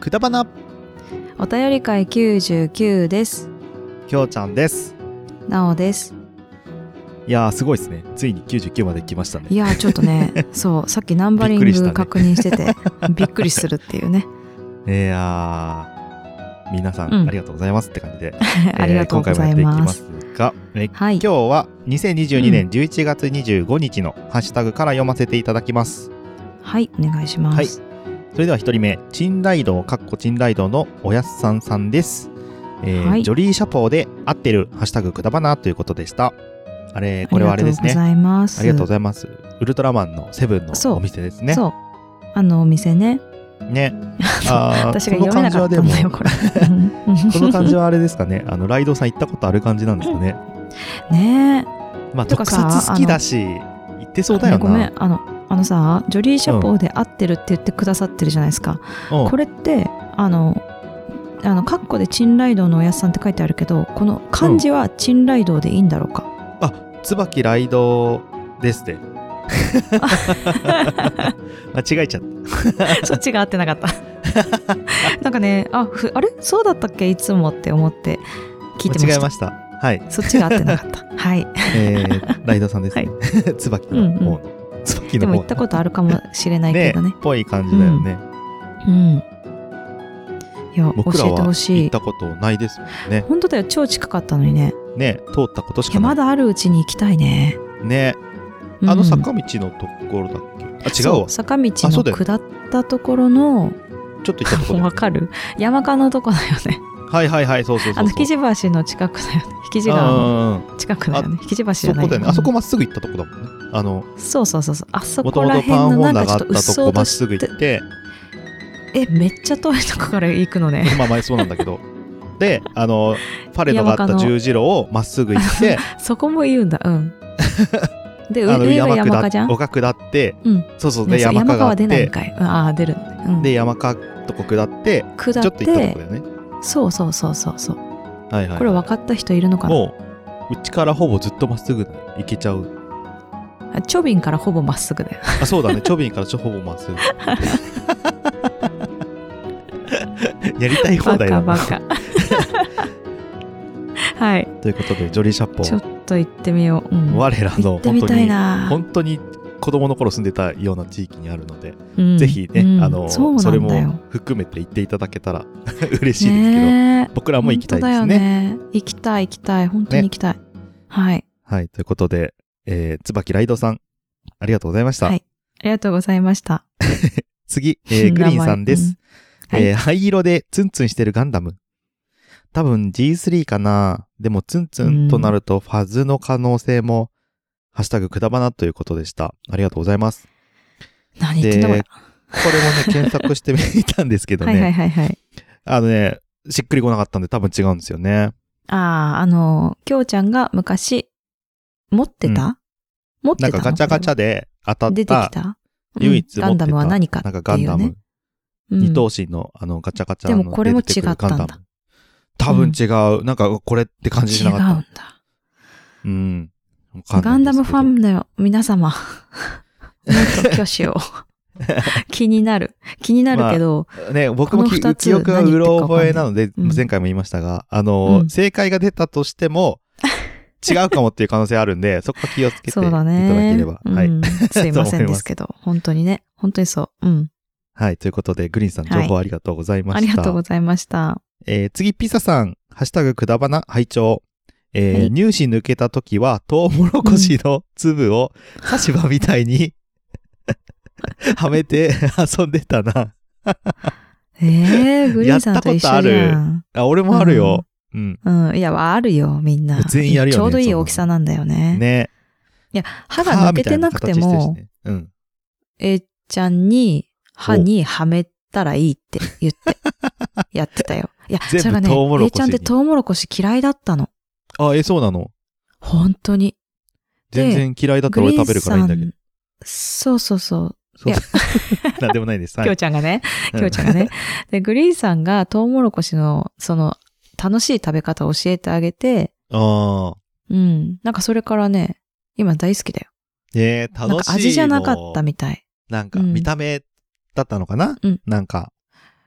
くだばなお便り会99です。きょうちゃんですなおです。いやーすごいですねついに99まで来ましたねいやーちょっ とね、そう、さっきナンバリンびっくりしたグね確認してて、びっくりするっ ていうね。いやー皆さんうんありがとうございますって感 じで、ありがとうございます。えー今回もやっていきますが、えーはい。今日は2022年11月25日のハッシュタグから読ませていただきます、はい、お願いします。それでは一人目珍大道かっこ珍大道のおやすさんさんです、えーはいジョリーシャポーで合ってるハッシュタグくだばなということでしたあれこれはあれですねありがとうございます。ありがとうございざいます。ウルトラマンのセブンのそうお店ですね。そう。あのお店ね。 ね。あー私が読めなかったんだよ、これ。この感じはあれですかね。あのライドさん行ったことある感じなんですかね。う んねまあとか特さ撮好きだし行ってそうだえ。よごめな。ん、あの、あのさ、ジョリーシャポーで合ってるって言ってくださってるじゃないですか。うんこれってあのあのカッコで「チンライドのおやつさん」って書いてあるけどこの漢字は「チンライドでいいんだろ うか、椿ライドです って。間違えちゃっそっちが合ってなかった なんかねあふあれそうだったっけいつもって思って聞いた。て間違えましたました。はい。そっちが合ってなかった はいえ ー、ライドさんですね。 椿の方の。椿でのも方行ったことあるかもしれないけねどねぽい感じだよね。うんいや僕ら教えてはほ行しっいたことないですもんね。本当だよ超近かったのにねね、通ったことしいやかないま。だあるうちに行きたいねね。うんあの坂道のところだっけあ、違うそわ。ち坂道あそのうだよ下ったところのょっと行 ったとこもうろわかる山間のとこだよね。はいはいはい、そうそうそうそう。あの、築地橋の近くだよね。築地川のあー近くだよね。築地橋じそゃないこだよね。あそこまっすぐ行ったとこだもんね。あの、そうそうそうそう。あそもとこもらと辺パンのホーなんナーかがあちょっっとうったとそこまうとっすぐして行って、え、めっちゃ遠いとこから行く のね。まあ前そうなんだけど。で、あの、パレードがあった十字路をまっすぐ行って、 そこも言うんだ。うん。で、あの、上が山山間じ下ゃんっ、丘下って、うん。そうそう、ねで、そう山山下間があはっ出ないんて、かい。うんああ、出るのね。うんで、山下とこ下って、下ちょっっと行ったとこてだ、よね。そうそうそうそうそう。はいはい。これ分かった人いるのかなもう、うちからほぼずっとまっすぐ行けちゃう。あチョビンからほぼまっすぐだよ。あ、そうだね。チョビンからちょほぼまっ すぐ。やりたい放バ題だカな バ。カ。はい。ということで、ジョリー・シャッポちょーっ、と行ってみよう。うん、我ら行のって本み当たいに、な。本当に子供の頃住んでたような地域にあるので、うんぜひね、うんあのそうそなんだれよも含めて行っていただけたら嬉しいですけど、ねえ僕らも行きたいです本当ね。だよね。行きたい行きたい。本当に行きたい。はい。はい、ということで、えー、椿ライドさん、ありがとうございました。はいありがとうございました。次、えーグリーンさんです。名前うんえー灰色でツンツンしてるガンダム。多分 G3 かなでもツンツンとなるとファズの可能性も、ハッシュタグくだばなということでした。ありがとうございます。何言ってんだこれで。これもね、検索してみたんですけどね。 はいはいはいはい。あのね、しっくりこなかったんで多分違うんですよね。ああ、あの、きょうちゃんが昔、持ってた、う持ってなたんかガチャガチャで当たのっ出てきた、たうん唯一持ってた、ガンダムは何かっなていんう、かね。ガンダム、うん二等身のあのガチャガチャでもこれのも出てくるガン違ダったんム。多分違う。なんかこれって感じしなか違うっんだ。た。うん。わかんなガいんンでダすムけフどァンの 皆様、もっと挙手を。 気になる。気になるけど、ね、僕もきこの二つ記憶が何言うってるかろわかん覚ないえなので、うん前回も言いましたが、あの、うん正解が出たとして も、違うかもっていう可能性あるんで、そこは気をつけていたそうだだけねれば。。うはい。 んすいませんですけど、本当にね、本当にそう。うん。はい。ということで、グリーンさん、情報ありがとうございまあしりた。がとうございました。えー次、ピサさん、ハッシュタグくだばな、拝聴。えーはい乳歯抜けた時は、トウモロコシの粒を差し歯みたい にはめて遊んでたな。えー、グリーンさんと一緒じゃん。あ、俺もあるよ。うん。うん。いや、あるよ、みんな。全員あるよねちょうどいそんいなの大きさなんだよね。ね。歯が抜けてなくて歯みたいな形しもるし、ねうん。えーちゃんに歯にはめたらいいって 言って、やってたよ。いや、そ全部れがね、えトウモロコシにーちゃんってトウモロコシ嫌いだったの。あ、え、そうなの本当に。全然嫌いだったら俺食べるからいいんだけどグリーン。さんそうそうそう。そういや。 なんでもないです。きょうちゃんがね、うんきょうちゃん がね。で、グリーンさんがトウモロコシの、その、楽しい食べ方を教えてあげて、ゃん。ああ。うん。なんかそれからね、今大好きだよ。えー、なん楽かしい。味じゃなかったみたい。なんか、うん見た目だったのかなうんなんか、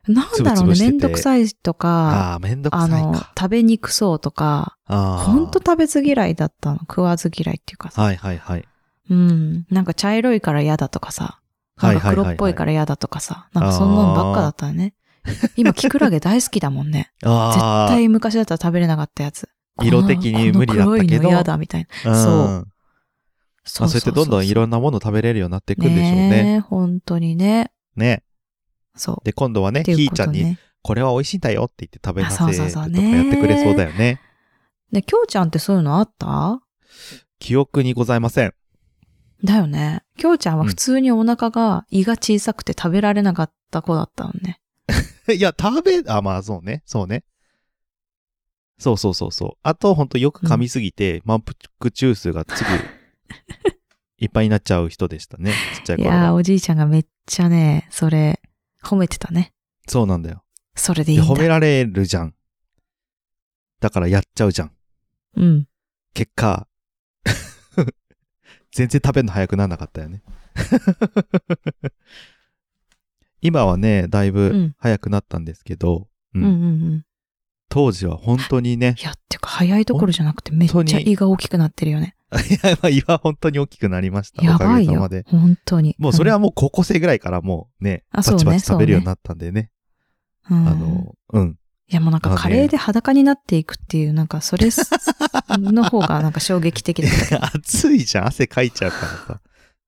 なんだろうつぶつぶね、しててめんどくさいとか、ああ、めんどくあさいの、か。食べにくそうとか、ああ。ほんと食べず嫌いだったの。食わず嫌いっていうかさ。はいはいはい。うん。なんか茶色いから嫌だとかさ。はないんはかいはい黒はいっぽいから嫌だとかさ。なんかそんなのばっかだった よね。今、キクラゲ大好きだもんね。絶ああ。対昔だったら食べれなかったやつ。この色的に無理だったけどこの黒いの嫌だみたいな。んそうまあ、そうやってどんどんいろんなもの食べれるようになっていくんでしょうね。ねねえ本当にね。そう。で、今度はね、ってひいうーこちゃとんに、ね。これは美味しいんだよって言って食べさせるあそうそうそうとかやってくれそうだよね。で、きょうちゃんってそういうのあった記憶にございません。だよね。きょうちゃんは普通にお腹が胃が小さくて食べられなかった子だったのね。 いや、食べ、あ、まあそうね、そうね。そうそうそうそう。あと、ほんとよく噛みすぎて、満腹中枢が すぐいっぱいになっちゃう人でしたね。ちっちゃいい頃やー、は。おじいちゃんがめっちゃね、それ、褒めてたね。そうなんだよ。それでいいでん褒めだ。られるじゃん。だからやっちゃうじゃん。うん。結果、 全然食べるの早くならなかったよ ね。今はね、だいうぶん。早くなったんですけど、ううんんうんうん。当時は本当にね、いや、ってか、早いところじゃなくて、めっ本当ちゃに胃が大きくなってるよね。いや、まあ、胃は本当に大きくなりました。やおかばげいさまよで。。本当に。もうそれはもう高校生ぐらいからもうね、あバそうねチバチ食べるようになったんでね。うん、あうんの、うん。 いや、もうなんあかのねカレーで裸になっていくっていう、なんかそれす の方がなんか衝撃的だったけど。暑いじゃん。汗かいちゃうからさ。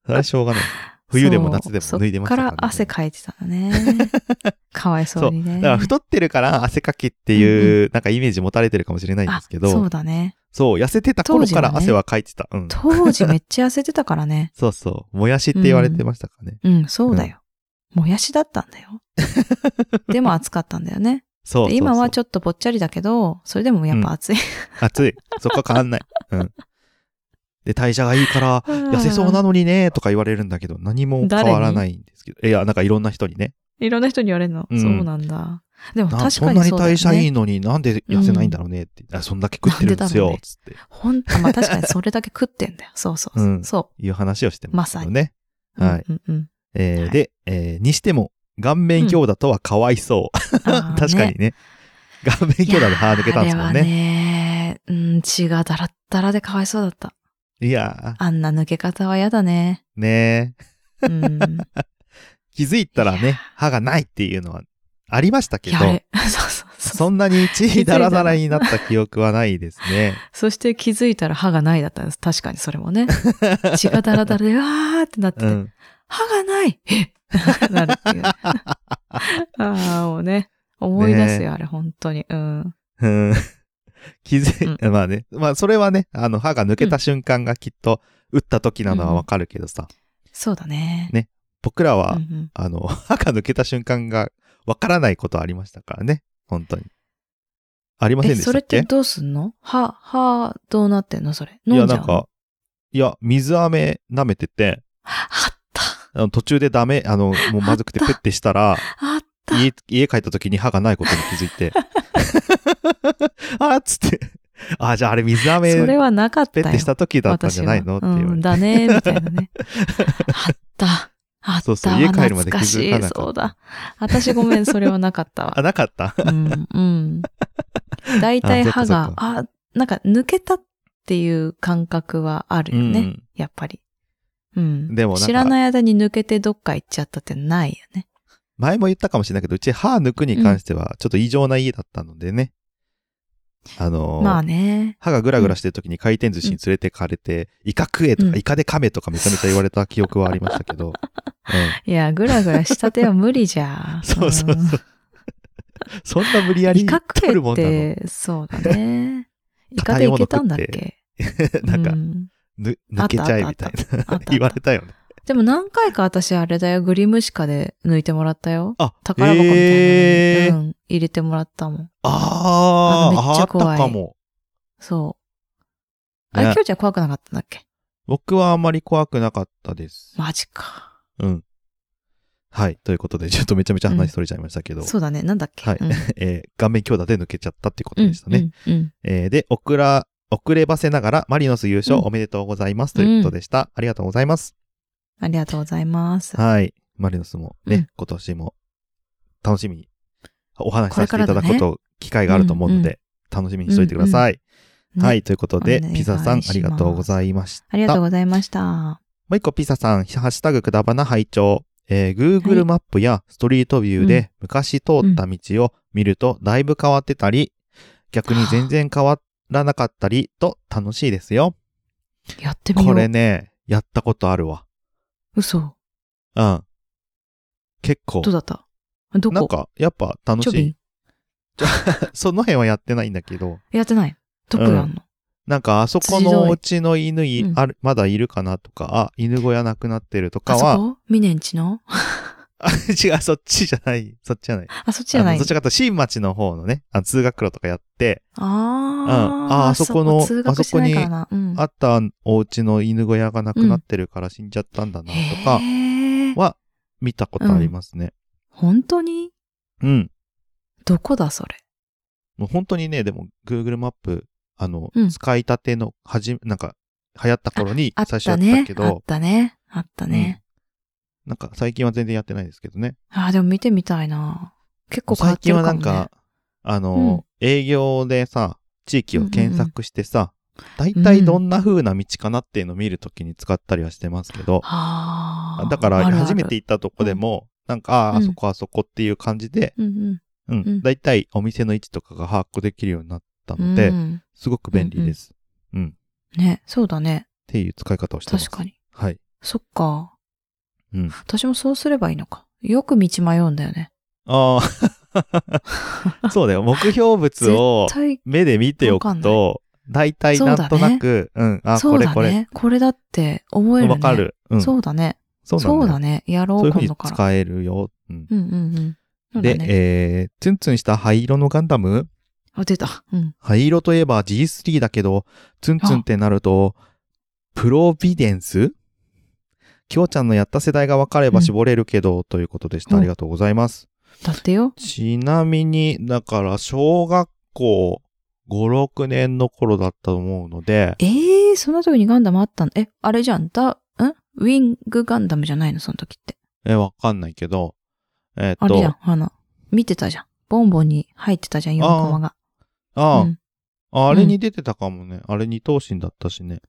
それはしょうがない。 冬でも夏でそもう脱いでましたから、ね。そっから汗かいてた のね。かわいそうにね。だから太ってるから汗かきっていう、なんかイメージ持たれてるかもしれないんですけど、あそそううだね。痩せてた頃から当時はね汗はかいてた。うん。当時めっちゃ痩せてたからね。そうそう。もやしって言われてましたからね。うん、そうだよ。もやしだったんだよ。でも暑かったんだよね。 そうそうそでう。今はょちょっとぽっちゃりだけど、それでもやっぱ暑い。っと。暑い。そこは変わんない。うん。で、代謝がいいから、痩痩せそうなのにね、とか言われるんだけど、何も変わらないんですけど。いや、なんかいろんな人にね。 いろんな人に言われるの。うんそうなんだ。でもな確かにそそんうだよね。なに代謝いいのになんで痩せないんだろうねって。あそんだけ食ってるんですなんでだろうよね、つってほんあまあ確かにそれだけ食ってんだよ。そうそうそう。 うんそいう話をしてますよね。う。うんはい。うんうん。えーはいで、えーにしても、顔面強打とはかわいそう。あー 確かにね。ね。顔面強打で歯抜けたんですもんいやーあれはね。ね、うん、血がだらだらでかわいそうだった。いやあんな抜け方は嫌だね。ー、ねーうん。気づいたらいやね、歯がないっていうのはありました けいどや、あ、れ。 そうそうそう。そんなに血だらだらになった記憶はないですね。そして気づいたら歯がないだったんです。確かにそれも ね。血がだらだらで、わーってなってて、うん。歯がないえ っなるっ ていう。ああ、もうね。思い出すよ、あれ、本当に。うん。うん 気づい、まあね。まあ、それはね、あの、歯が抜けた瞬間がきっと、打った時なのはわかるけどさ、そうだね。ね僕らは、うんうんあの、 歯が抜けた瞬間がわからないことありましたからね。本当に。ありませんえ、でしたそっけれってどうすんの歯、歯、どうなってんのそれ。い飲や、んじなゃうんのか、いや、水飴舐めてて、あったあの途中でダメ、あの、もうまずくてペッてしたら、あった家、家帰った時に歯がないことに気づいて、 あっつって、あ、じゃああれ水飴、それはなかったペよ。ッてした時だったんじゃないのって私は言わうん、れて。だね、みたいなね。あった。あったわ。そうそう家帰るまで気づかなかった懐しいそうだ。私ごめん、それはなかったあ、わ。なかったうん、うん。大体歯あそがっ、かあ、なんか抜けたっていう感覚はあるよね。うんやっぱり。うん。でもなんか知らない間に抜けてどっか行っちゃったってないよね。前も言ったかもしれないけど、うち歯抜くに関しては、ちょっと異常な家だったのでね。あのーまあね。歯がグラグラしてる時に回転寿司に連れてかれて、イカ食えとうか、んイカで噛めとかめちゃめちゃ言われた記憶はありましたけ ど。ういや、ぐらぐらしたては無理じゃん。。 そうそううんそう。そんな無理やイりカ食取るもんえっなの。て、そうだ ね。イカでいけたんだっけなんかう、んぬ、抜けちゃえみたいあったなあっ。た 言われたよね。でも何回か私あれだよ、グリムシカで抜いてもらったよ。あ、宝箱みたいなのに、えうーん、入れてもらったもん。ああのめっー、ちあゃった怖いかも。そう。あれ、ねきょうちゃん怖くなかったんだっけ僕はあんまり怖くなかったです。マジか。うん。はい。ということで、ちょっとめちゃめちゃ話それちゃいましたけど、そうだね、なんだっけはいうんえー顔面強打で抜けちゃったってこと でしたね。うんうんうんえーで、遅ら、遅ればせながらマリノス優勝うんおめでとうございますということでした。ありがとうございます。ありがとうございます。はい。マリノスもね、うん今年も楽しみにお話しさせていただくこと、機会があると思うので、楽しみにしておいてください。ねはい、ということでお願いし、ますピザさんありがとうございました。ありがとうございました。もう一個ピザさん、ハッシュタグくだばな拝聴。えー Google マップやストリートビューうで昔通った道を見るとだいぶ変わってたり、逆に全然変わらなかったりと楽しいですよ。やってみよう。これね、やったことあるわ。嘘。うん。結構どう。だったどこなんか、やっぱ楽チョしビいン。 その辺はやってないんだけど、やってない。どこやんの、なんかあそこ辻堂のへお家の犬い、うんある、まだいるかなとか、あ、犬小屋なくなってるとかあそは、こミネンチの 違う、そっちじゃない、そっちじゃない。あ、そっちじゃなあい。のどちらかというと新町の方のね、あの通学路とかやって、あうんあ。ああそこの通学してないからな。うん。あったお家の犬小屋がなくなってるから死んじゃったんだなとかへえ。は見たことありますね。本当にうん。どこだそれ。もう本当にね、でも Google マップ、あの、うん使いたての、はじめ、なんか流行った頃にあっ最初やたってたけ。ねあっど、たね。あったね。なんか最近は全然やってないですけどね。ああ、でも見てみたいな。結構変わ最って近るはかも、なね。んか、あの、営業でさ、地域を検索してさ、だいたいどんな風な道かなっていうのを見るときに使ったりはしてますけど、ああ。だからあるある初めて行ったとこでも、なんか、ああ、うんあそこあそこっていう感じで、うんうん。うん、うんだいたいお店の位置とかが把握できるようになったのうで、んすごく便利です。うん、っね、そうだね。ていう使い方をしてます。確かに。はい。そっか。うん。私もそうすればいいのか。よく道迷うんだよね。あ あ、そうだよ。目標物を絶対、目で見ておわかくんと、だいたいなんとなく、うん、あ、そこうれだこれ。ね。これだって思えるね。わか。る。うん。そうだね。そうなんそうだよだね。やろそういう、うふう今に度から。使えるよ。うん。うんうんうんそうだで、ね。えー、ツンツンした灰色のガンダムあ、出た。うん。灰色といえば G3 だけど、ツンツンってなると、プロビデンスきょうちゃんのやった世代が分かれば絞れるけど、ということでした。うんありがとうございます。だってよ。ちなみに、だから、小学校5、6年の頃だったと思うので、ええー、そんな時にガンダムあったのえ、あれじゃん。だ、んウィングガンダムじゃないのその時って。え、わかんないけど、えーっあれじゃと、ん。あの、見てたじゃん。ボンボンに入ってたじゃん、4コマが。あうんあ、あれに出てたかもね。あれ二等身だったしね。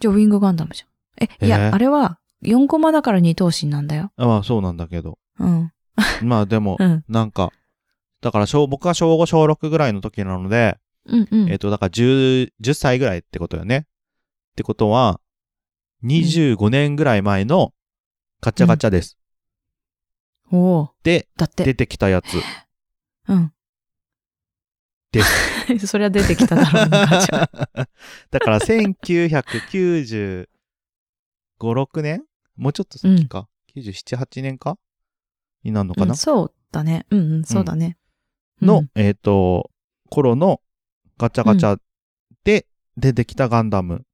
じゃあ、ウィングガンダムじゃん。え、いえや、ーあれは、4コマだから二等身なんだよ。ああ、そうなんだけど。うん。まあでもう、ん。なんか、だから小、僕は小5、小6ぐらいの時なので、うんうん。えっ、と、だから10、10歳ぐらいってことよね。ってことは、25年ぐらい前のガチャガチャです。おお、で、だっ出て。てきたやつ。うん。で そりゃ出てきただろうな、 じゃあ。だから、1995、6年もうちょっと先か。97、8年かになるのかうな、ん、そうだね。うんうん、そうだね。の、うんえっ、と、頃のガチャガチャで出てきたガンダム。うん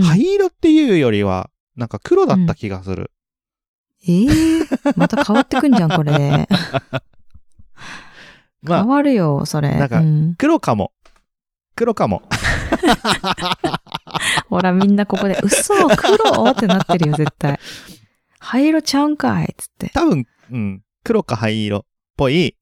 灰色っていうよりは、なんか黒だった気がする。ええまた変わってくんじゃん、これ。 まあ変、わるよ、それ。なんかうん黒かも。黒かも。ほら、みんなここで、嘘、黒ってなってるよ、絶 対。灰色ちゃうんかい、つって。多分、うん、黒か灰色っぽ い。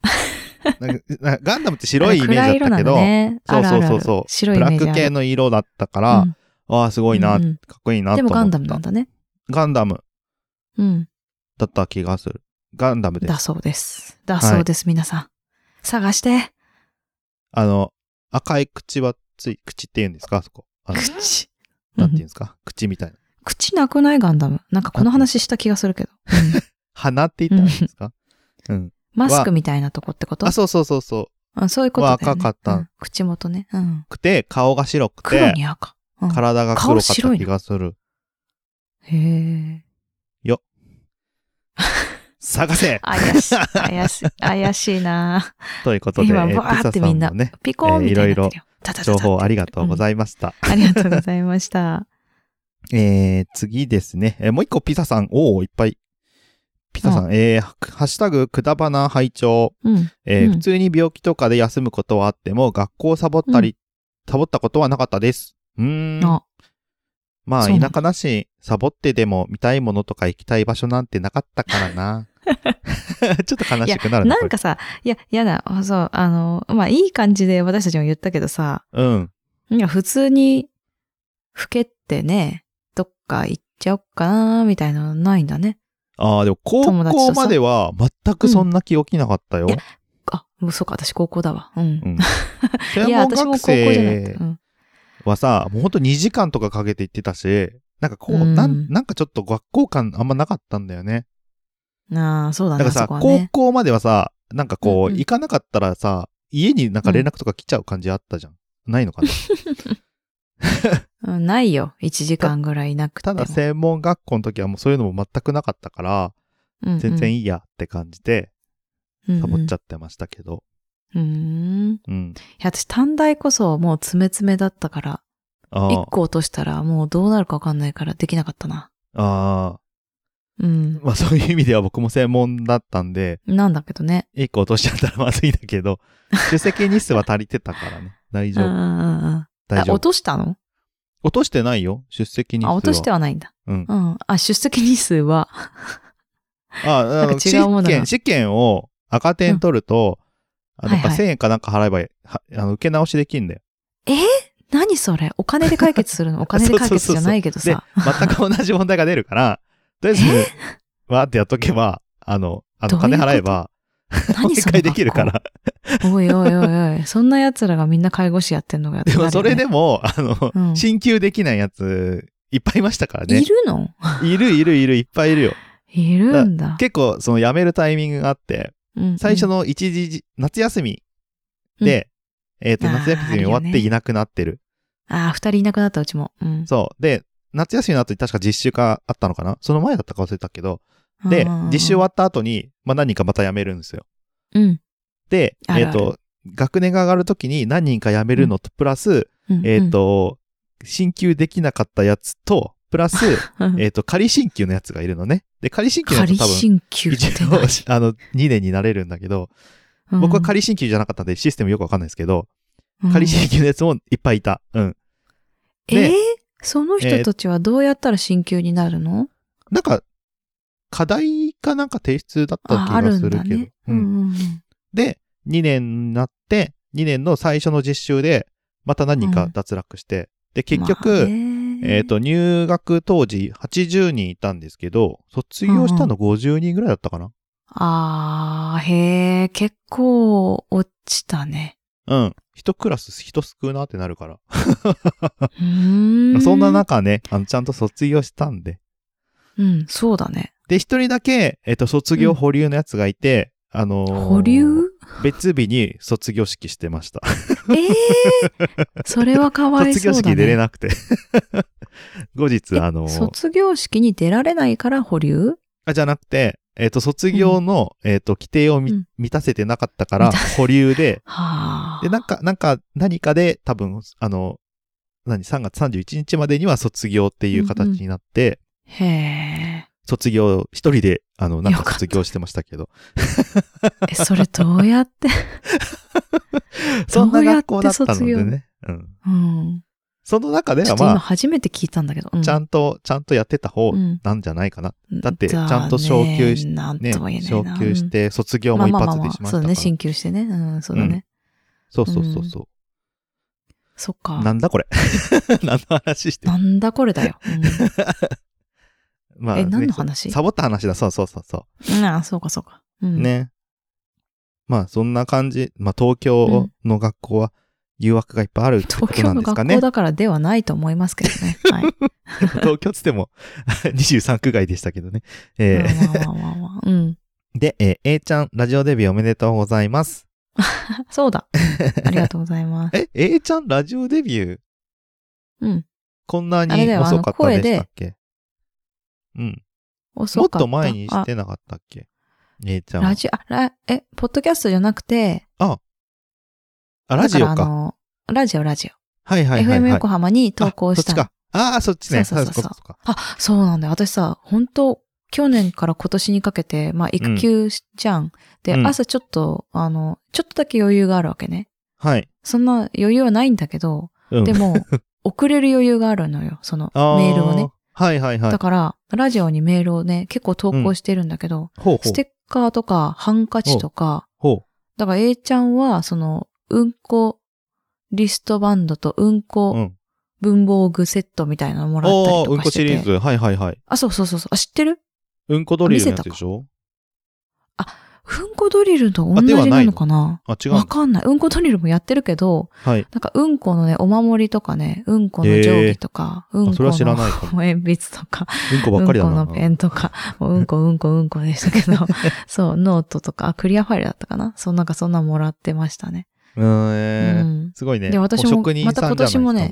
なんかなんかガンダムって白いイメージだったけど、暗い色なのね、そうそうあるあそうるそう白いブイメラーッジあクる。系の色だったから、うんわあ、すごいな、うんうんかっこいいなとで思っもた。ガンダムなんだね。ガンダムうん。だった気がする。ガンダムでだす。そうです。だそうです、皆さん。探して。あの、赤い口はつい、口って言うんですかあそこ。あの、口。なんて言うんですか口みたいな。口なくないガンダム。なんかこの話した気がするけど。うん鼻って言ったらいいんですかうん。マスクみたいなとこってことあ、そうそうそうそう。うんそういうことだよ、ね。は赤かったうん口元ね。うん。くて、顔が白く黒て、に赤。うん、体が黒かった顔白いの気がする。へえ。探せ 怪しい、怪しい、怪しいなということで、今えーバーっピザさてんみんなのね、ピコーンみたいになってえーいるよ。ろいタタタタ情報ありがとうございました。うんありがとうございました。えー、次ですね。えーもう一個ピザさん、おおいっぱい。ピザさん、えー、ハッシュタグ、くだばな拝聴。うん。えーうん普通に病気とかで休むことはあっても、学校をサボったり、サボったことはなかったです。うーん。あ、まあ、そう田舎だし、サボってでも見たいものとか行きたい場所なんてなかったから な。ちょっと悲いやしくな、るなんかこさ、いや、やだ、あそう、あの、まあ、いい感じで私たちも言ったけどさ、れうん。いや、普通に、老けってね、どっか行っちゃおっかな、みたいなのないんだね。ああ、でも高友達と校さまでは全くそんな気起きなかったようんい。やあ、もうそうか、私高校だわ。うんう。ん。い専や、門私も学高校じゃないった。生うん。はさ、もうほんと2時間とかかけて行ってたし、なんかこう、うんなんなんかちょっと学校感あんまなかったんだよね。ああ、そうだだね、からそさ、こは高ね。校まではさ、なんかこう、うんうん行かなかったらさ、家になんか連絡とか来ちゃう感じあったじゃん。ないのかなうんないよ、1時間ぐらいいなくてたも。だ専門学校の時はもうそういうのも全くなかったから、うんうん、全然いいやって感じで、サボっちゃってましたけど。うんうん。うーん。いうん。や、私短大こそもう詰め詰めだったから、あ1ー個落としたらもうどうなるかわかんないからできなかったな。あうんー。。まあそういう意味では僕も専門だったんで、なんだけどね。一個落としちゃったらまずいんだけ ど、出席日数は足りてたからね。大う丈んう夫。んうんうん。大あ丈落夫。としたの落としてないよ。出席日数は。あ、落としては。はないんだ。うん。うん。あ、出席日数は。あ、あなんの、か試違うものが験、試験を赤点取ると、んあなんかはい1000円かなんか払えば、はあの受け直しできるんだよ。何それお金で解決するのお金で解決じゃない けどでさ。、全く同じ問題が出る から、とりあえず、わーってやっとけば、あの、あのどうい金うこと払えば、もう何一それ回できるから。おいおいおいおい。そんな奴らがみんな介護士やってんのがやってでるよもねそれでも、あの、うん進級できないやつ、いっぱいいましたからねい。るのいるいるいる、いっぱいいるよ。いるんだ。結構、その辞めるタイミングがあって、うんうん最初の一時、夏休みで、えっと、あー夏休み終わあるっよてねいなくなってる。ああ、二人いなくなったうちも。うん。そう。で、夏休みの後に確か実習があったのかなその前だったか忘れたけど。でうんうんう、ん実習終わった後に、まあ何人かまた辞めるんですよ。うん。で、あえるっ、あると、学年が上がるときに何人か辞めるのと、プラス、うんえっ、、と、進級できなかったやつと、プ ラス、うんえっと、仮進級のやつがいるのね。で、仮進級のや仮つ多分、進級って一応、 あの、2年になれるんだけど、何僕は仮進級じゃなかったんで、システムよくわかんないですけど、仮進級のやつもいっぱいいた。うん。うんでえーその人たちはどうやったら進級になるのなんか、課題かなんか提出だった気あ、あがるすんるだけど。ね。ううんんうんうん。で、2年になって、2年の最初の実習で、また何人か脱落して、で、結局、まあねえっ、、と、入学当時80人いたんですけど、卒業したの50人ぐらいだったかな。ああ、へえ、結構落ちたね。うん。一クラス人少なってなるから。うー ん。そんな中ね、あの、ちゃんと卒業したんで。うん、そうだね。で、一人だけ、えっ、と、卒業保留のやつがいて、あのー保留別日に卒業式してました。ええそれはかわい卒そう業だ、ね。式出れなくて。 後日、えあのー卒業式に出られないから保留あ、じゃなくて、えっ、と、卒業の、えっ、と、規定をみ、うん満たせてなかったから満、保留 で、はあ。で、なんか、なんか、何かで、多分、あの、何、3月31日までには卒業っていう形になって、へえ。卒業、一人で、あの、なんよかかった卒業してました けど、え、それどうや って、そんな学校だったのどうやでって卒ね。うん。うん。その中でちょは、っと今ま初めて聞いたんだけど。うあ、ん、ちゃんと、ちゃんとやってた方うんなんじゃないかな。だってちゃんと昇級しだねなんね、とも言えない昇な級し、て、卒業うんまもあ一まあ発まあまであしましたかそうだら。ね、進級してね。うん、そうだね。うんそうそうそうそう。そっか。なんだこれ。 何の話してるなんだこれだよ。まあ、え何のそう話サボった話だ。そうそうそうそ うん。ああ、そうかそうか。うう。ん。ね。まあ、そんな感じ。まあ、東京の学校は誘惑がいっぱいあるってこ東と京なんのですか学ね校。だからではないと思いますけどね。はい。 東京つっても 23区外でしたけどね。 えーまあまあまあまあまあうん。で、えー A ちゃん、ラジオデビューおめでとうございます。そうだ。ありがとうございます。え、A ちゃん、ラジオデビューうん。こんなにあれだよ遅かったあので声でしたっけうん。も遅っかった。と前にしてなかったっけ ?A ちゃあんはラ。ジオ、あラ、え、ポッドキャストじゃなくて、あ、ラジオだらあか。の、ラジオ、ラジはいオ。はいはい FM はい横。浜に投稿しあそったちの。か。ああ、そっちね。そうそうそうそうあっか。あ、そうなんだよ。私さ、本当去年から今年にかけて、まあ、育休しじゃん。で、うん朝ちょっと、あの、ちょっとだけ余裕があるわけね。はい。そんな余裕はないんだけど、うんでも、 送れる余裕があるのよ、そのメールをね。。はいはいはいだ。から、ラジオにメールをね、結構投稿してるんだけど、ほうほうス。テッカーとか、ハンカチとか、ほう。だから A ちゃんは、その、うんこリストバンドとうんうこん。文房具セットみたいなのもらったりああ、とうんかこしてシて。リーズ。はいはいはい。あ、そうそうそうそう。あ、知ってるうんこドリルのやつでしょうんこドリルと同あじではなないののかなあ、違うわの。かんない。うんこドリルもやってるけど、はい。なんかうんこのね、お守りとかね、うんこの定規とか、うんあそこれのは知らないかも。 鉛筆とか、うんこばっかりだうんこな。のペンとか、もううんこうんこうんこでしたけど、 そう、ノートとか、あクリアファイルだったかなそう、なんかそんなんもらってましたね。うー。うんん。すごいね。で私もお職人さんじゃないまた今年もね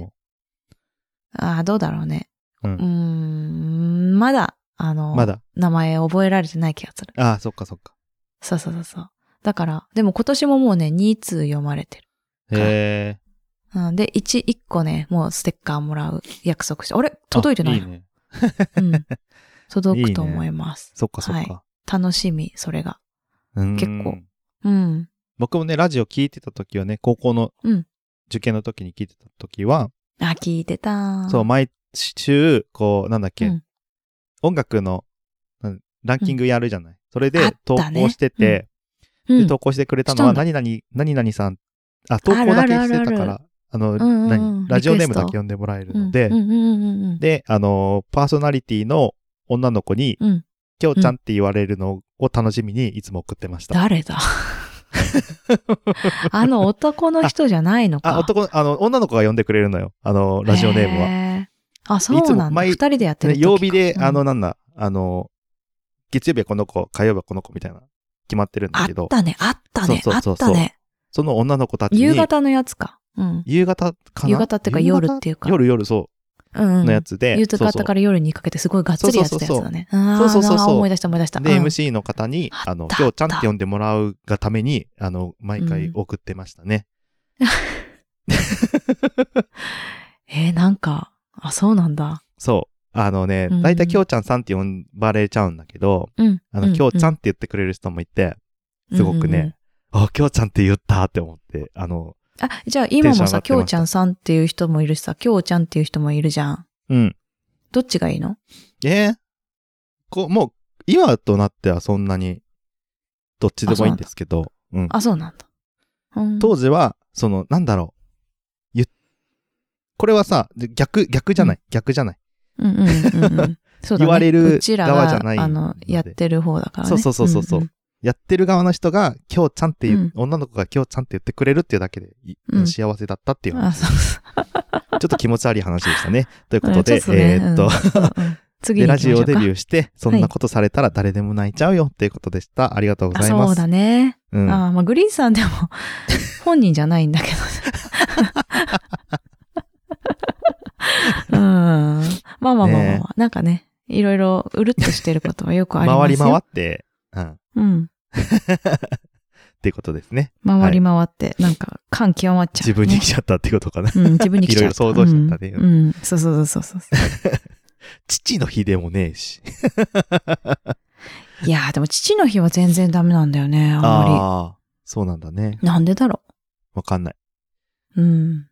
しかああ、どうだろうね。ううんん、ん、まだ、あの、まだ。名前覚えられてない気がする。ああ、そっかそっか。そうそうそうそう。だから、でも今年ももうね、2通読まれてる。へえ。うん、で、1、1個ね、もうステッカーもらう約束して、あれ届いてなあいのいね。うん。 届くといいね思います。そっかそっか。楽しみ、それが。結結構。うん。僕もね、ラジオ聞いてた時はね、高校のうん受験の時に聞いてた時は、あ、聞いてた。そう、毎週、こう、なんだっけ、うん音音楽のなんランキングやるじゃない。それあっで投たね稿してて、うんで、投稿してくれたのは、した何々、何々さん、あ、投稿だけしてたから、あの、んうんうん何、ラジオネームリクエスだトけ呼んでもらえるうのんでう、んうんうんうん。で、あの、パーソナリティの女の子に、うんきょうちゃんって言われるのを楽しみにいつも送ってました。誰だ あの男の人じゃないのか。あ、男の、あの、女の子が呼んでくれるのよ。あの、ラジオネームは。は。あ、そういつもなんだ。毎二人でやってるね時か。曜日で、うんあの、なんだ、あの、月曜日はこの子、火曜日はこの子みたいな、決まってるんあだけっど、たね、あったね、そうあそうっそうそうたね。その女の子たちに、夕方のやつか。うん。夕方かな夕方っていうか夕方夜っていうか夜夜、そうんうう、ん。のやつで、夕方から夜にかけてすごいがっつりやってたやつだね。あそうそうそうそうそうそうそうあー思い出した思い出しそた。うそうで、うん MC の方に、あったあの、あったきょうちゃんって呼んでもらうがために、あの、毎回送ってましたね。えー、なんか、あ、そうなんだ。そう。あのねう、んだいたいきょうちゃんさんって呼ばれちゃうんだけど、うん。あの、きょうちゃんっんて言ってくれる人もいて、すごくね。あ、きょうちゃんって言ったって思って、あの、あ、じゃあ今テンション上がもさ、ってきましたょうちゃんさんっていう人もいるしさ、きょうちゃんっていう人もいるじゃん。うん。どっちがいいのえーこう、もう、今となってはそんなに、どっちでもいいんですけど、うん。あ、そうなんだ。うん、当時は、その、なんだろう。ゆこれはさ、で逆、逆じゃない。逆じゃない。うんうんうんうん。そうだね。言われるうちら側じゃないが、あの、やってる方だからね。そうそうそうそうそうんんやってる側の人が、きょうちゃんっていう、う女の子がきょうちゃんって言ってくれるっていうだけで、いうん幸せだったっていうあ、話、そうそう。ちょっと気持ち悪い話でした ね。というこうとんちょで、っとねえーっと、うんうんうん次で、に行ラきジましょうオか。デビューして、そんなことされたら誰でも泣いちゃうよっていうことでした。ありがとうございあます。そうだね。うん。あまあ、グリーンさんでも 本人じゃないんだけど。うん。まあまあまあまあまねあ。なんかね、いろいろうるっとしてることはよくあります回り回よ。って、うん。っうん。ていうことですね。回り回って、なんか感極まっちゃう、自分に来ちゃったってこと かな。うん、自分に来ちゃいう。ろいろ想像しちゃったねうん。うんそうそうそうそうそう。父の日でもねえし。いやー、でも父の日は全然ダメなんだよね、あんまあー、そうなんだね。り。なんでだろわかんない。う。うん。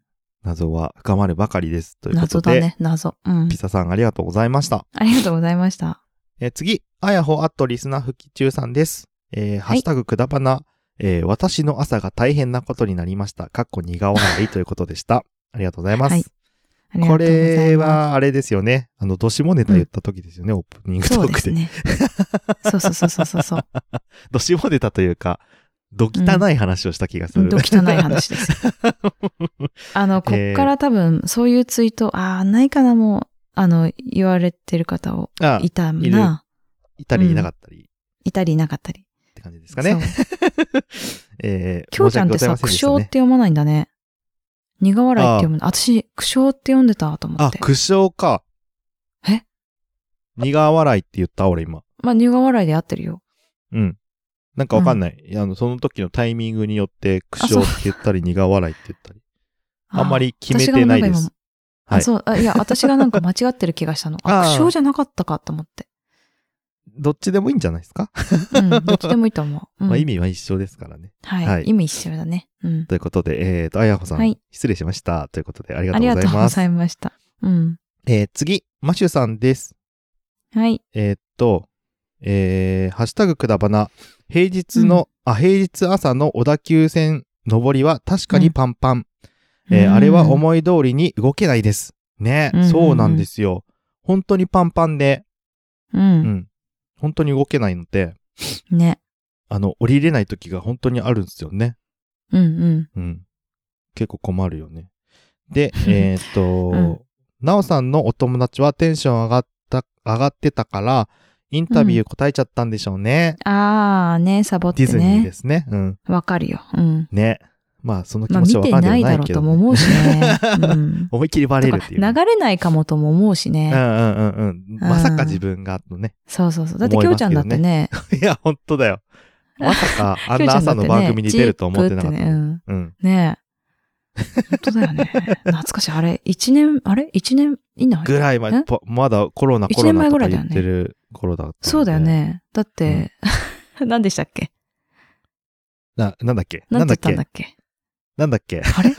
謎は深まるばかりです。ということ謎で、だね、謎。うんピ。サさんありがとうございました。ありがとうございました。えー次、あやほアットリスナー復帰中さんです。えーハッシュタグくだばな、えー私の朝が大変なことになりました。かっこ苦笑いということでした。 ありがとうございます。はいありがとうこございますれ、は、あれですよね。あの、どしもネタ言った時ですよね、オープニングトそうーでクすで。 ね。そうそうそうそうそうそう。どしもネタというか、ど汚い話をした気がする。ど汚い話です。あの、こっから多分、そういうツイート、ああ、ないかな、もう、あの、言われてる方を、 あ、いたいるな、いたりいなかったりいたりいなかったり。って感じですかね。そうえー、きょうちゃんってさ、申苦し訳ございません笑っでして読まないんだね。苦笑いって読むの。私、苦笑って読んでたと思たねっあ、て。苦笑か。え苦笑いって言った俺今。まあ、苦笑いで合ってるよ。うん。なんかわかんない、あの、その時のタイミングによって、苦笑って言ったり、苦笑いって言ったり。ーあんまり決めてないで。私がすんか。今はいあそう、あいや、私がなんか間違ってる気がしたの。あ、あー苦笑じゃなかったかと思って。どっちでもいいんじゃないですか、 うん、どっちでもいいと思う。うんまあ意味は一緒ですからね。はい、はい意味一緒だね。うん。ということで、えっ、と、あやほさん、はい失礼しました。ということで、ありがあとうりごがざいとうごます。ざいました。うん。えー次、マシュさんです。はい。えーっと、えー、ハッシュタグくだばな、平日の、あ、平日朝の小田急線上りは確かにパンパン。えーあれはうん思い通りに動けないです。ね、うんうんうんそうなんですよ。本当にパンパンで、う。うんん。本当に動けないので、ね。あの、降りれない時が本当にあるんですよね。うんうん。結構困るよね。 で、えーっと、なおさんのお友達はテンション上がった、上がってたから、インタビュー答えちゃったんでしょうね。うん。ああ、ね、サボっディてズニーでね。すね。うん。わかるよ。うん。ね。まあ、その気まあ持ち見はわてかんではいなないだいろうけとど、も思うしね。 うん。思いっきりバレるっていうね、とか流れないかもとも思うしね。うんうんうんうん。まさか自分が、とね。 そうそうそう。だって、思きいょまうすちゃんだってね。いや、本当だよ。まさか、 あんな朝の番組に出ると思ってなかった。ジープねうん。うんねえ。本当だよね。懐かしい。あれ、一年、あれ一年以内ぐらい前え、ぽまだコロナ一コロ年ナ前とぐからいだ言よっねてる頃だったのでそうだよ。ね。だって、 何でしたっけな、なんだっけな何んだだっけっ言ったんだっけなんだっけあれ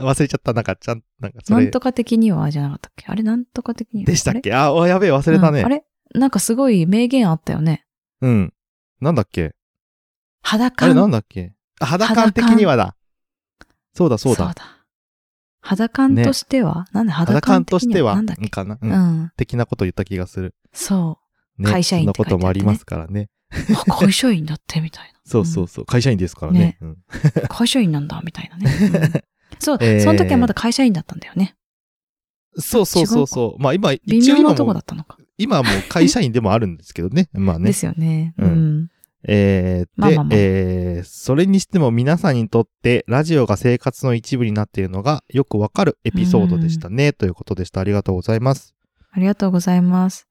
忘れちゃった。なんか、ちゃん、なんかそなれんと。か的にはじゃなかったっけあれなんとか的にはでしたっけあ、おやべえ、忘あれれたうんね。あれなんかすごい名言あったよね。うん。なんだっけあ裸れ感なんだっけあ肌感的にはだ。そうだ、そうだ。肌感としては、なんで肌肌感感と的しにては、なんだっけ、かな。う。うんん、的なこと言った気がする。そね。会社員そんっなてこと書いてあってねもありますからね。う。あ会社員だって、みたいそうそうそう。会社員ですからねね。うん な。会社員なんだ、みたいなね。うんそう、えーその時はまだ会社員だったんだよね。そうそうそうそう。まあ今、微一応妙今なとこもだ、ったのか。今はもう会社員でもあるんですけどね。まあねで。すよね。ううんん。えー、で、まあまあまあえーそれにしても皆さんにとってラジオが生活の一部になっているのがよくわかるエピソードでしたね、ということでした。ありがとうございます。ありがとうございます。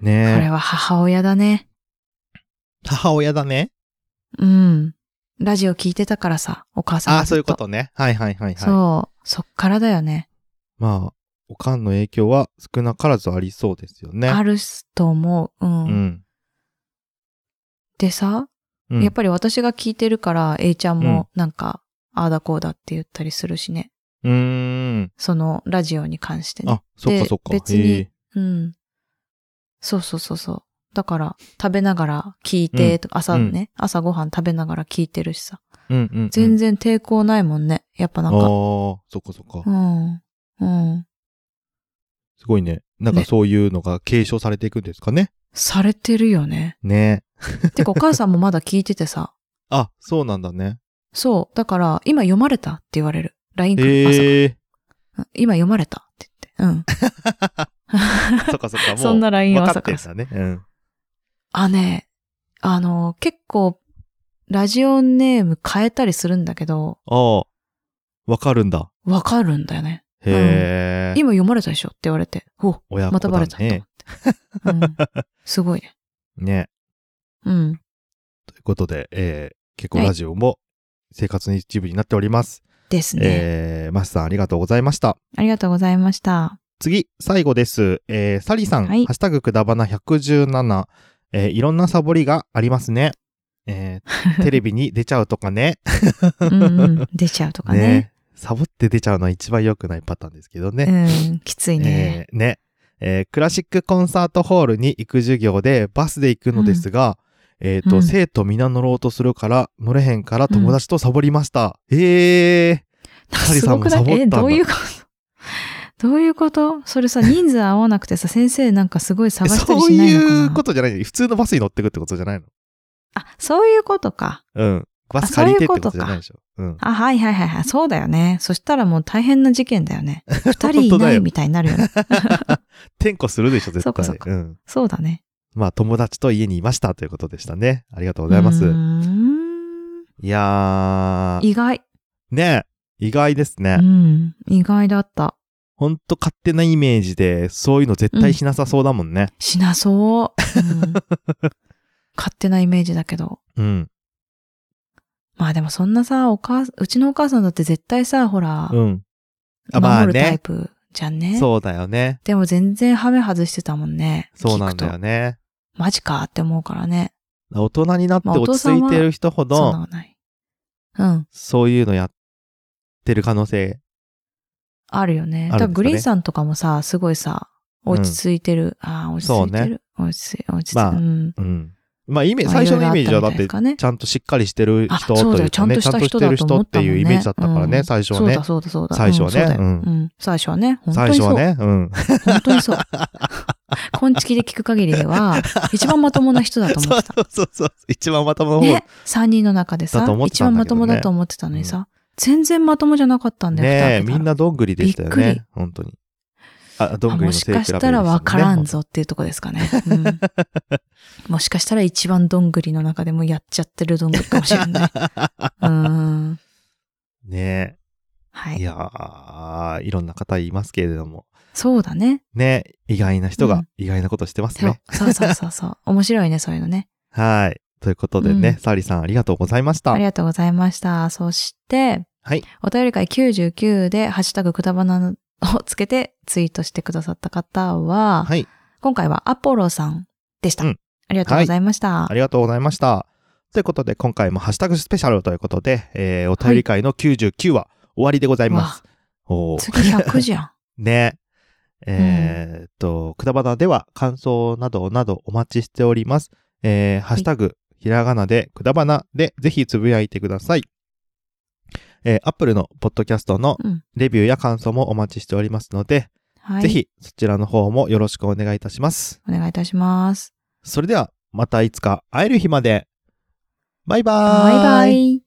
これねえ。は母親だね。母親だね。うん。ラジオ聞いてたからさ、お母さんあがあ、ずそういっうことね。はいはいはいはい。そう。そっからだよね。まあ、おかんの影響は少なからずありそうですよね。あると思う。うん。うん。でさ、うん。やっぱり私が聞いてるから、A ちゃんうんもなんか、ああだこうだって言ったりするしね。うーん。そのラジオに関してねあ。、そっかそっか。で別にへえうん。そうそうそうそう。だから、食べながら聞いて、とか朝ね、朝ご飯食べながら聞いてるしさ。うんうん、うん。全然抵抗ないもんね。やっぱなんああか。ー、そっかそっか。うん。うん。すごいね。なんかねそういうのが継承されていくんですかね。されてるよね。ねてか、お母さんもまだ聞いててさ。あ、そうなんだね。そう。だから、今読まれたって言われる。LINE 来る朝へえうん今読まれたって言って。うん。そっかそっか。もう そんな LINE は分朝かかってんだね。うん。あ、ね、あの、結構、ラジオネーム変えたりするんだけど、ああ。わかるんだ。わかるんだよね。へえ。今読まれたでしょって言われて。お親子またバだレたと思っねて。。 うん、すごいね。ね。うん。ということで、えー、結構はいラジオも生活の一部になっております。ですね。えー、マスさんありがとうございました。ありがとうございました。次、最後です。えー、サリさん、はいハッシュタグくだばな117、えー、いろんなサボりがありますね。え ー、テレビに出ちゃうとかね。うんうん、出ちゃうとかね。サボって出ちゃうのは一番良くないパターンですけどね。うん、きついね。えーね。えークラシックコンサートホールに行く授業でバスで行くのですが、えっ、と、うん生徒皆乗ろうとするから、乗れへんから友達とサボりました。ええ なんかハリさすんごもくサなボったんいだえ、どういうこと どういうこと それさ、人数合わなくてさ、先生なんかすごい探ー、したりそうしないのかないうことじゃない。普通のバスに乗ってくってことじゃないのあ、そういうことか。うん。バスあそう借りいうてってここととじゃないでしょ。うん。あ、はいはいはいはい。そうだよね。そしたらもう大変な事件だよね。 二本人当いだなよいみたいになるよ ね。転校するでしょ、絶対。そうかそうかん。そうだね。まあ、友達と家にいましたということでしたね。ありがとうございます。うーんいやー、意外。ね意外ですね。うん。意外だった。ほんと勝手なイメージで、そういうの絶対しなさそうだもんね。しなそう。うん 勝手なイメージだけど。うん。まあでもそんなさ、お母、うちのお母さんだって絶対さ、ほら、うん。あまあ守るタイね。プじゃんね。そうだよね。でも全然ハメ外してたもんね。そうなんだよ聞くね。マジかって思うからね。大人になってまあお落父ちさん着はいてる人ほそんなど、のない。うん。そういうのやってる可能性。あるよね。あるんですかねだからグリーンさんとかもさ、すごいさ、落ち着いてる。ああ、落ち着いてそうる。落ち着い、落ち着い、まあうん。うん。まあ、イメーまジ、あ最初のイメージはだっいろていろあたみたいです、かねちゃんとしっかりしてるあ人そうとだいようかね、ちちゃゃんんととししててるる人だ人とっていうイメージだったからね、思最初はそうねだ、。そうだ、そうだ。最初はねうんそうだようんうん最初はね。本当最に初そはう。ね、うん。本当にそう。 こんちきで聞く限りでは、一番まともな人だと思 そっうてた。そうそう。一番まともな方ね。三人の中でさだと思、って一た番んだまけとどねもだと思ってたのにさ、全然まともじゃなかったんだよ、ねえ、二人がみんなどんぐりでしたよびっくりね。本当に。あ、どんあぐりものし背比べかですしよねたらわからん。ぞっていうとこですかね。 うん、もしかしたら一番どんぐりの中でもやっちゃってるどんぐりかもしれ ない。うん。ねはえ。いい。やー、いろんな方いますけれども。そうだね。ね意外な人うがん意外なことしてますそうね。そうそうそ うそう。面白いね、そういうのね。はい。ということでね、うんサリさんありがとうございました。ありはがとうございました。そして、い。お便り会99で、ハッシュタグくだばなをつけてツイートしてくださった方は、はい。今回はアポロさんでした。うんありがとうございました。ありがとうございました。ということで、今回もハッシュタグスペシャルということで、えー、お便り会の99話、終わりでございます。おー次100じゃん。ね。えーっと、くだばなでは感想などなどお待ちしております。えー、ハッシュタグ、ひらがなで、くだばなで、ぜひつぶやいてください。えー、アップルのポッドキャストのうん。レビューや感想もお待ちしておりますので、は い。ぜ。ひそちらの方もよろしくお願いいたします。お願いいたします。それでは、またいつか会える日まで。バイバーバイバイ。